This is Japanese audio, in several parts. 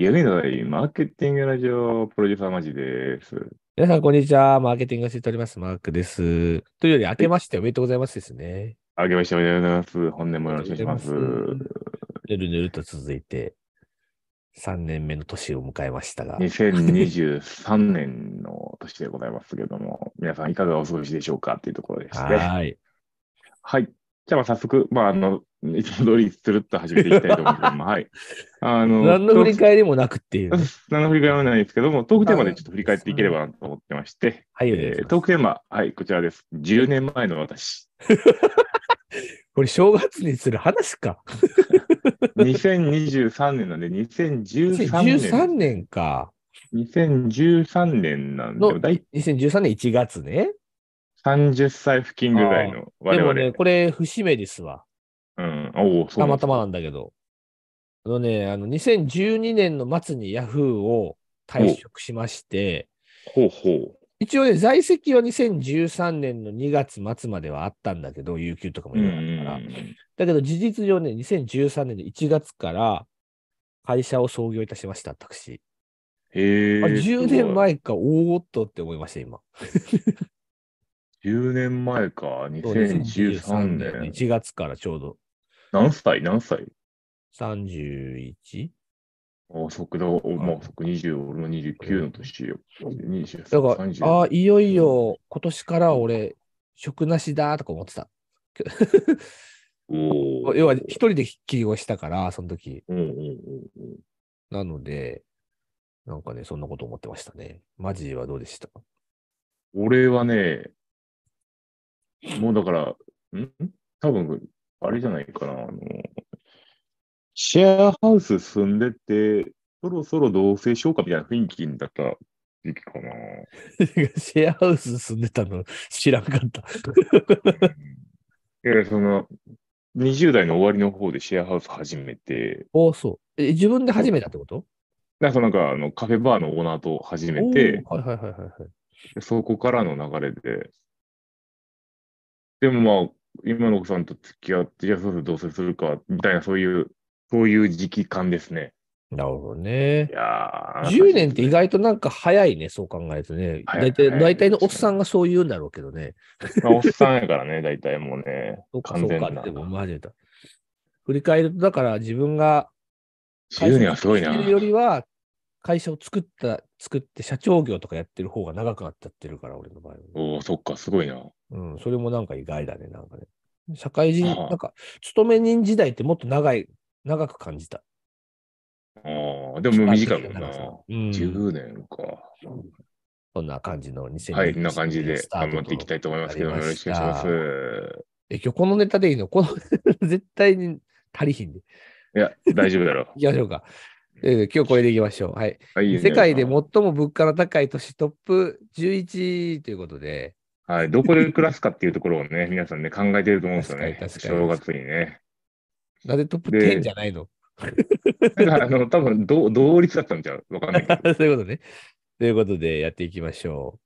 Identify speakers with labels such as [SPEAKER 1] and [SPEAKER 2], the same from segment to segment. [SPEAKER 1] 現在、マーケティングラジオプロデューサーマジです。
[SPEAKER 2] 皆さん、こんにちは。マーケティングをしております。マークです。というより、明けましておめでとうございますですね。
[SPEAKER 1] あげましておめでとうございます。本年もよろしくお願いします。
[SPEAKER 2] ぬるぬると続いて、3年目の年を迎えましたが、
[SPEAKER 1] 2023年の年でございますけども、皆さんいかがお過ごしでしょうかっていうところですね。
[SPEAKER 2] はーい。
[SPEAKER 1] はい。じゃあ、まあ早速、まあ、あの、いつも通りつるっと始めていきたいと思いますけども、はい。あの、
[SPEAKER 2] 何の振り返りもなくっていうね。
[SPEAKER 1] 何の振り返りもないですけども、トークテーマでちょっと振り返っていければなと思ってまして、
[SPEAKER 2] はい、お願いし
[SPEAKER 1] えー
[SPEAKER 2] ます
[SPEAKER 1] トークテーマ、はい、こちらです。10年前の私。
[SPEAKER 2] これ、正月にする話か。
[SPEAKER 1] 2023年なんで、2013
[SPEAKER 2] 2013
[SPEAKER 1] 年。
[SPEAKER 2] 年か。
[SPEAKER 1] 2013年なんで、
[SPEAKER 2] の、
[SPEAKER 1] だい
[SPEAKER 2] 2013年1月ね。
[SPEAKER 1] 30歳付近ぐらいの我
[SPEAKER 2] でも
[SPEAKER 1] 々。
[SPEAKER 2] ね、これ、節目ですわ。
[SPEAKER 1] うん。おお、そう
[SPEAKER 2] た
[SPEAKER 1] なん
[SPEAKER 2] ま
[SPEAKER 1] です
[SPEAKER 2] たまなんだけど。あのね、あの、2012年の末にヤフーを退職しまして、
[SPEAKER 1] ほうほ
[SPEAKER 2] 一応ね、在籍は2013年の2月末まではあったんだけど、有給とかも
[SPEAKER 1] う。
[SPEAKER 2] いうろいろあったから。
[SPEAKER 1] ん。
[SPEAKER 2] だけど、事実上ね、2013年の1月から会社を創業いたしました、私。
[SPEAKER 1] へえ。
[SPEAKER 2] あ10年
[SPEAKER 1] す
[SPEAKER 2] 前か、おーっとって思いました、今。
[SPEAKER 1] ごい。10年前か、2013
[SPEAKER 2] の
[SPEAKER 1] 年。
[SPEAKER 2] 1月からちょうど
[SPEAKER 1] 何歳何歳
[SPEAKER 2] 31?
[SPEAKER 1] あ、そっか、だからもうそっか、20、俺の29の年よ。20、
[SPEAKER 2] だから、あ
[SPEAKER 1] 30。
[SPEAKER 2] あ、いよいよ今年から俺、職なしだとか思ってた。
[SPEAKER 1] おお。
[SPEAKER 2] 要は、一人で起業したから、その時。
[SPEAKER 1] うんうんうんうん。
[SPEAKER 2] なので、なんかね、そんなこと思ってましたね。マジはどうでした
[SPEAKER 1] 俺はね、もうだから、ん多分、あれじゃないかな。あの、シェアハウス住んでて、そろそろ同棲しようかみたいな雰囲気だった時期かな。
[SPEAKER 2] シェアハウス住んでたの知らんかった。
[SPEAKER 1] いや、その、20代の終わりの方でシェアハウス始めて、
[SPEAKER 2] おそう。え、自分で始めたってこと
[SPEAKER 1] なんかなんかあのカフェバーのオーナーと始めて、
[SPEAKER 2] おーはいはいはいはいはい。
[SPEAKER 1] そこからの流れで、でもまあ、今の奥さんと付き合って、いや、そうそう、どうせするか、みたいな、そういう、そういう時期感ですね。
[SPEAKER 2] なるほどね
[SPEAKER 1] い。やー
[SPEAKER 2] 10年って意外となんか早いね、そう考えるとね。
[SPEAKER 1] 早
[SPEAKER 2] 大
[SPEAKER 1] い
[SPEAKER 2] 体、
[SPEAKER 1] 早い
[SPEAKER 2] 大体のおっさんがそう言うんだろうけどね。
[SPEAKER 1] まあおっさんやからね、大体もうね。
[SPEAKER 2] そうか、
[SPEAKER 1] 完
[SPEAKER 2] そう
[SPEAKER 1] 全
[SPEAKER 2] か
[SPEAKER 1] な
[SPEAKER 2] って思われた。振り返ると、だから自分が
[SPEAKER 1] 10年はすごいな
[SPEAKER 2] 会社に。いるよりは、会社を作った、作って社長業とかやってる方が長くなっちゃってるから、俺の場合はね。
[SPEAKER 1] おお、そっか、すごいな。
[SPEAKER 2] うん、それもなんか意外だね、なんかね。社会人、
[SPEAKER 1] ああ
[SPEAKER 2] なんか、勤め人時代ってもっと長い、長く感じた。
[SPEAKER 1] ああ、でももう短いもんな。
[SPEAKER 2] うん、
[SPEAKER 1] 10年か。
[SPEAKER 2] そんな感じの2020
[SPEAKER 1] はい、こんな感じで
[SPEAKER 2] スター
[SPEAKER 1] 頑張
[SPEAKER 2] トと
[SPEAKER 1] っていきたいと思いますけども、
[SPEAKER 2] な
[SPEAKER 1] よ
[SPEAKER 2] り
[SPEAKER 1] ろ
[SPEAKER 2] ま
[SPEAKER 1] し
[SPEAKER 2] し
[SPEAKER 1] く
[SPEAKER 2] た
[SPEAKER 1] お願いします。
[SPEAKER 2] え、今日このネタでいいのこの、 絶対に足りひんで。
[SPEAKER 1] いや、大丈夫だろ
[SPEAKER 2] いきましょうか。えー今日これでいきましょう。はい。
[SPEAKER 1] う。はい、いいね
[SPEAKER 2] 世界で最も物価の高い都市トップ11ということで、
[SPEAKER 1] はい、どこで暮らすかっていうところをね、皆さんね、考えてると思うんですよね。
[SPEAKER 2] 確かに確か
[SPEAKER 1] 正
[SPEAKER 2] に
[SPEAKER 1] 月にね。
[SPEAKER 2] なぜトップ
[SPEAKER 1] で
[SPEAKER 2] 10じゃないの
[SPEAKER 1] だから、あの、多分ど同率だったんじゃうわかんない けど。
[SPEAKER 2] そういうことね。ということで、やっていきましょ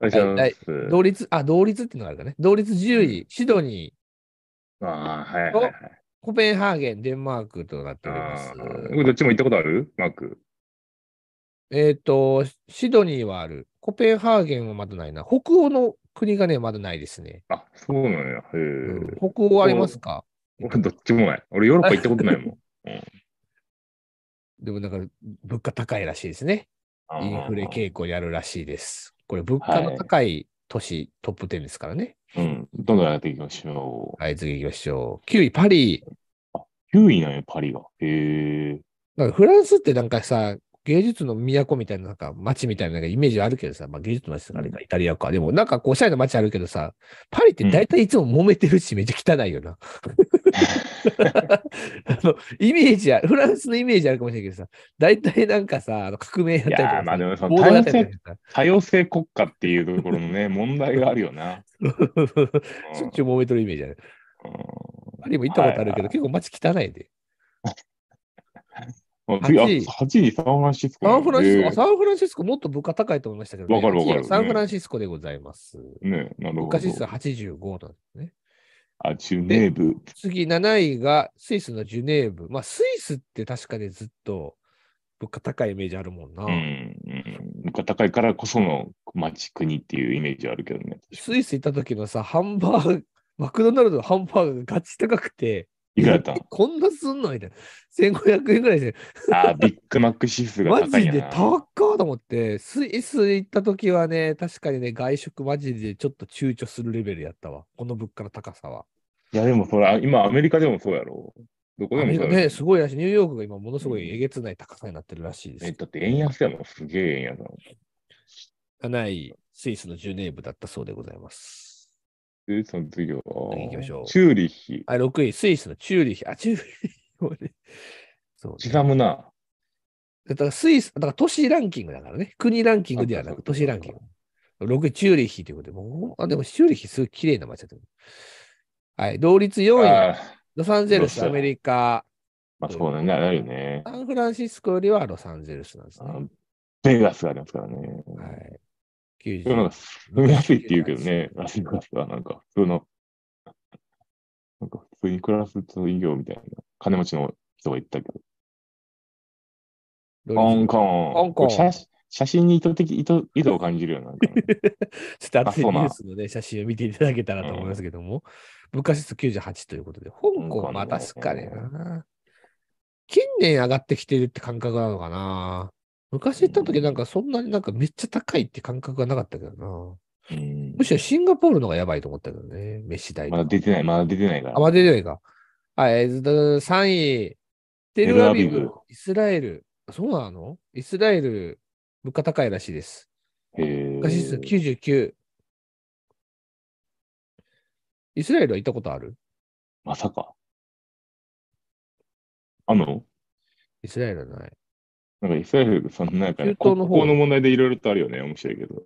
[SPEAKER 2] う。
[SPEAKER 1] お願いします
[SPEAKER 2] 同率、あ、同率っていうのがあるかね。同率10位、シドニー、
[SPEAKER 1] ああ、はいはいはい。
[SPEAKER 2] コペンハーゲン、デンマークとなっておりま
[SPEAKER 1] あ
[SPEAKER 2] す
[SPEAKER 1] あ。これどっちも行ったことあるマーク。
[SPEAKER 2] えっ、と、シドニーはある。コペンハーゲンはまだないな。北欧の国がね、まだないですね。
[SPEAKER 1] あ、そうなんや。へえ。
[SPEAKER 2] うん北欧はありますか
[SPEAKER 1] 俺、どっちもない。俺、ヨーロッパ行ったことない もん。
[SPEAKER 2] でもなんか、物価高いらしいですね。インフレ傾向にあるらしいです。これ、物価の高い都市、トップ10ですからね。
[SPEAKER 1] うん。どんどん上がっていきましょ
[SPEAKER 2] はい、次行きましょう。9位、パリ。
[SPEAKER 1] う。9位なんや、パリが。へえ。
[SPEAKER 2] なんかフランスってなんかさ、芸術の都みたいな、なんか街みたいななんかイメージあるけどさ、まあ、芸術の街とかあれか、イタリアか。でもなんかこう、おしゃれな街あるけどさ、パリって大体いつも揉めてるし、めっちゃ汚い よな。あの、イメージは、フランスのイメージあるかもしれないけどさ、大体なんかさ、あの革命やったり
[SPEAKER 1] い
[SPEAKER 2] と
[SPEAKER 1] や
[SPEAKER 2] か
[SPEAKER 1] ーまあでもそ
[SPEAKER 2] さ、
[SPEAKER 1] の
[SPEAKER 2] 暴動やったりとか
[SPEAKER 1] 多様性国家っていうところの ね、問題があるよな。
[SPEAKER 2] さ、
[SPEAKER 1] うん
[SPEAKER 2] しょっちゅう揉めてるイメージある。
[SPEAKER 1] うん
[SPEAKER 2] パリも行ったことあるけど、結構街汚いで。
[SPEAKER 1] あ次、あ
[SPEAKER 2] 8位
[SPEAKER 1] 8位、サンフランシスコ
[SPEAKER 2] サ
[SPEAKER 1] なん
[SPEAKER 2] ン
[SPEAKER 1] や。
[SPEAKER 2] フランシスコ、
[SPEAKER 1] へ
[SPEAKER 2] あサンフランシスコもっと物価高いと思いましたけど、ね、
[SPEAKER 1] わかるわかる
[SPEAKER 2] 8位はサンフランシスコでございます。
[SPEAKER 1] えねなる
[SPEAKER 2] 物
[SPEAKER 1] ほど
[SPEAKER 2] 価。指数は85なんですね。
[SPEAKER 1] あ、中名部。
[SPEAKER 2] 次、7位がスイスのジュネーブ。まあ、スイスって確かね、ずっと物価高いイメージあるもんな。
[SPEAKER 1] うん。うん物価高いからこその町、国っていうイメージはあるけどね。
[SPEAKER 2] スイス行った時のさ、ハンバーグ、マクドナルドのハンバーグがガチ高くて、
[SPEAKER 1] いくらやったん
[SPEAKER 2] えこんなすんのみたいな。1500円ぐらいで、
[SPEAKER 1] あー、ビッグマック指数が
[SPEAKER 2] マ
[SPEAKER 1] 高いん
[SPEAKER 2] ジ
[SPEAKER 1] や
[SPEAKER 2] で
[SPEAKER 1] な。
[SPEAKER 2] 高っかと思って、スイス行った時はね、確かにね、外食マジでちょっと躊躇するレベルやったわ。この物価の高さは。
[SPEAKER 1] いや、でもそれ、あ今アメリカでもそうやろ。どこで
[SPEAKER 2] アメ
[SPEAKER 1] もそ
[SPEAKER 2] リ
[SPEAKER 1] う
[SPEAKER 2] カ
[SPEAKER 1] やろ。
[SPEAKER 2] ね、すごいらしい。ニューヨークが今ものすごい
[SPEAKER 1] うん
[SPEAKER 2] えげつない高さになってるらしいで
[SPEAKER 1] え、
[SPEAKER 2] す。
[SPEAKER 1] だって円安やもん。すげえ円安なの。
[SPEAKER 2] ないスイスのジュネーブだったそうでございます。
[SPEAKER 1] で、その次は、
[SPEAKER 2] 次行きましょう
[SPEAKER 1] チューリッヒ。
[SPEAKER 2] あ、6位、スイスのチューリヒ。あ、チューリヒもね。そうね、
[SPEAKER 1] 刻むな。
[SPEAKER 2] だからスイス、だから都市ランキングだからね。国ランキングではなく都市ランキング。6位、チューリヒということで、もう、あ、でもチューリヒすごい綺麗な街だと思う。はい、同率4位が
[SPEAKER 1] あー
[SPEAKER 2] ロサンゼルス、
[SPEAKER 1] ロシア
[SPEAKER 2] アメリカ。
[SPEAKER 1] まあそうだね、ななるよね。
[SPEAKER 2] サンフランシスコよりはロサンゼルスなんです
[SPEAKER 1] あ
[SPEAKER 2] ね。
[SPEAKER 1] のベガスがありますからね。
[SPEAKER 2] はい。
[SPEAKER 1] でもなん
[SPEAKER 2] 90
[SPEAKER 1] か、住みやすいって言うけどね、ラスベガスはなんか、普通の、なんか普通に暮らす企業みたいな、金持ちの人が言ったけど、香港、
[SPEAKER 2] 香港
[SPEAKER 1] 写写真に意図的、意図意図を感じるような、なんかね
[SPEAKER 2] ちょっと
[SPEAKER 1] あ
[SPEAKER 2] 熱い
[SPEAKER 1] そう
[SPEAKER 2] ニ
[SPEAKER 1] な
[SPEAKER 2] ュースの、ね、写真を見ていただけたらと思いますけども、物価指数98ということで、香港はまあ
[SPEAKER 1] 香港ね
[SPEAKER 2] 確かにな。近年上がってきてるって感覚なのかな。昔行った時なんかそんなになんかめっちゃ高いって感覚がなかったけどな。
[SPEAKER 1] うん
[SPEAKER 2] むしろシンガポールの方がやばいと思ったけどね、飯代と
[SPEAKER 1] ま
[SPEAKER 2] か。
[SPEAKER 1] だ出てない、まだ出てないから。
[SPEAKER 2] あ、ま出てないか。あ、えー、3位、テルア
[SPEAKER 1] テルアビ
[SPEAKER 2] ビブ
[SPEAKER 1] ブ、
[SPEAKER 2] イスラエル。あそうなのイスラエル、物価高いらしいです。
[SPEAKER 1] へー
[SPEAKER 2] ガシス99。イスラエルは行ったことある
[SPEAKER 1] まさか。あんの
[SPEAKER 2] イスラエルはない。
[SPEAKER 1] なんかイスラエル、そのなんか、ね、国
[SPEAKER 2] 中東の方
[SPEAKER 1] 交の問題でいろいろとあるよね、面白いけど。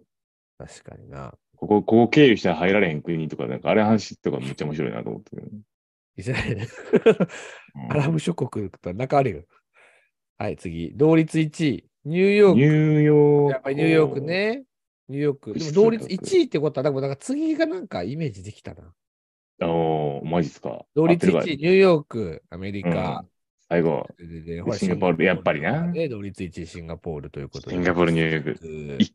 [SPEAKER 2] 確かにな。
[SPEAKER 1] ここ、ここ経由したら入られへん国とか、なんかあれ話とかめっちゃ面白いなと思ってる、
[SPEAKER 2] イスラエル。
[SPEAKER 1] うん
[SPEAKER 2] アラブ諸国と仲悪いよ。はい、次。同率1位。ニューヨ
[SPEAKER 1] ニ
[SPEAKER 2] ー
[SPEAKER 1] ューヨー
[SPEAKER 2] ク。
[SPEAKER 1] ク。
[SPEAKER 2] やっぱりニューヨーク。ね。ニューヨーク。でも同率1位ってことは、でもなんか次がなんかイメージできたな。
[SPEAKER 1] あのーマジっすか。
[SPEAKER 2] 同率
[SPEAKER 1] 合っ
[SPEAKER 2] 1
[SPEAKER 1] て
[SPEAKER 2] 位、
[SPEAKER 1] る
[SPEAKER 2] ニューヨーク、アメリ
[SPEAKER 1] かい
[SPEAKER 2] カ
[SPEAKER 1] うん。最後、
[SPEAKER 2] ででで
[SPEAKER 1] シンガポールやっぱりな
[SPEAKER 2] ね同率1位、シンガポールということで。
[SPEAKER 1] シンガポール、ニューヨーク。
[SPEAKER 2] ー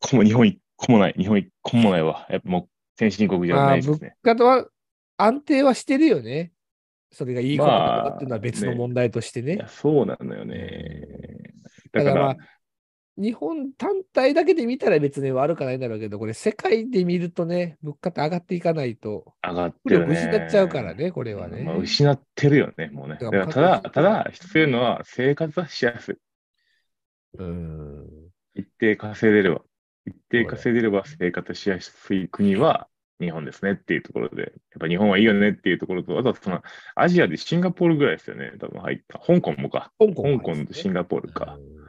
[SPEAKER 1] こも日本一個もない。日本一個もないわ。やっぱもう先進国じゃ
[SPEAKER 2] ま
[SPEAKER 1] な
[SPEAKER 2] あ、
[SPEAKER 1] いで
[SPEAKER 2] 物
[SPEAKER 1] すね。
[SPEAKER 2] 価とは安定はしてるよね。それがいいことかどうかっていうのは別
[SPEAKER 1] ま
[SPEAKER 2] の
[SPEAKER 1] あね
[SPEAKER 2] 問題としてね。
[SPEAKER 1] いやそうなのよね。だ
[SPEAKER 2] だ
[SPEAKER 1] か
[SPEAKER 2] から
[SPEAKER 1] ら、
[SPEAKER 2] まあ日本単体だけで見たら別に悪くないんだろうけど、これ世界で見るとね、物価って上がっていかないと、
[SPEAKER 1] 上がって
[SPEAKER 2] 武
[SPEAKER 1] る、
[SPEAKER 2] 力
[SPEAKER 1] ね。
[SPEAKER 2] 失っちゃうからね、これはね。
[SPEAKER 1] まあ、失ってるよね、もうね。
[SPEAKER 2] だ
[SPEAKER 1] だ
[SPEAKER 2] か
[SPEAKER 1] かららただ、ただ、必要なのは生活はしやすい。
[SPEAKER 2] うん。
[SPEAKER 1] 一定稼いでれば、一定稼いでれば生活しやすい国は日本ですねっていうところで、やっぱ日本はいいよねっていうところと、あとはそのアジアでシンガポールぐらいですよね、多分入った。香港もか。
[SPEAKER 2] 香
[SPEAKER 1] 香
[SPEAKER 2] 港も
[SPEAKER 1] 港とシンガポールか
[SPEAKER 2] う。ん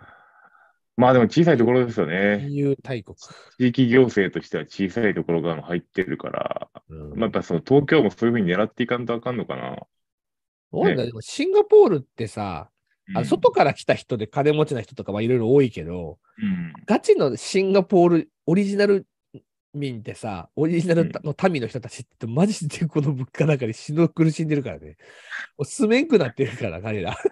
[SPEAKER 1] まあでも小さいところですよね。
[SPEAKER 2] 金融大国。
[SPEAKER 1] 地域行政としては小さいところが入ってるから、
[SPEAKER 2] うん
[SPEAKER 1] まあ、やっぱその東京もそういうふうに狙っていかんとあかんのかな。
[SPEAKER 2] どうなんだでもシンガポールってさ、あ
[SPEAKER 1] うん
[SPEAKER 2] の外から来た人で金持ちな人とかまあいろいろ多いけど、
[SPEAKER 1] うん、
[SPEAKER 2] ガチのシンガポールオリジナル民ってさ、オリジナルの民の人たちってマジでこの物価高に死ぬ苦しんでるからね。もう住めんくなってるから、彼ら。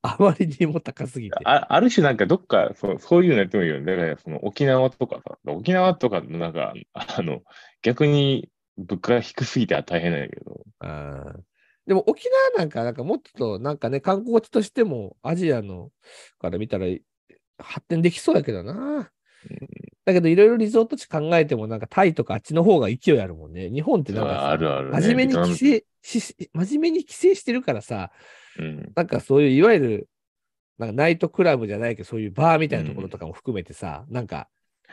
[SPEAKER 2] あまりにも高すぎて。
[SPEAKER 1] あある種なんかどっかそうそういうのやってもいいよね。だからその沖縄とかさ、沖縄とかのなんか、あの、逆に物価が低すぎては大変なんやけど、
[SPEAKER 2] あーでも沖縄なんか、なんかもっとなんかね、観光地としてもアジアのから見たら発展できそうやけどな。だけどいろいろリゾート地考えてもなんかタイとかあっちの方が勢いあるもんね。日本ってなんかさ
[SPEAKER 1] あるある、ね。
[SPEAKER 2] 真面目に
[SPEAKER 1] 時間
[SPEAKER 2] 規制しし、真面目に規制してるからさ、
[SPEAKER 1] うん。
[SPEAKER 2] なんかそういういわゆる、なんかナイトクラブじゃないけど、そういうバーみたいなところとかも含めてさ、なんか、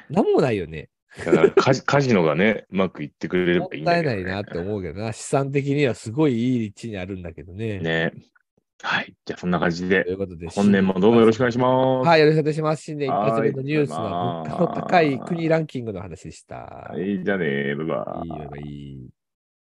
[SPEAKER 2] なんもないよね。
[SPEAKER 1] だからカジ カジノがね、うまくいってくれれば
[SPEAKER 2] も
[SPEAKER 1] いいん
[SPEAKER 2] っ
[SPEAKER 1] だけ
[SPEAKER 2] たい
[SPEAKER 1] ど、
[SPEAKER 2] な
[SPEAKER 1] ね。
[SPEAKER 2] いなって思うけどな、資産的にはすごいいい立地にあるんだけどね。
[SPEAKER 1] ね。はい。じゃあそんな感じ
[SPEAKER 2] と
[SPEAKER 1] で
[SPEAKER 2] い、うことで、
[SPEAKER 1] 本年もどうもよろしくお願いします。
[SPEAKER 2] はい、よろしくお願いします。新年一発目
[SPEAKER 1] は
[SPEAKER 2] の
[SPEAKER 1] い
[SPEAKER 2] ニュースは、物価の高い国ランキングの話でした。
[SPEAKER 1] はい。じゃあね、バイバイ
[SPEAKER 2] いい。よいい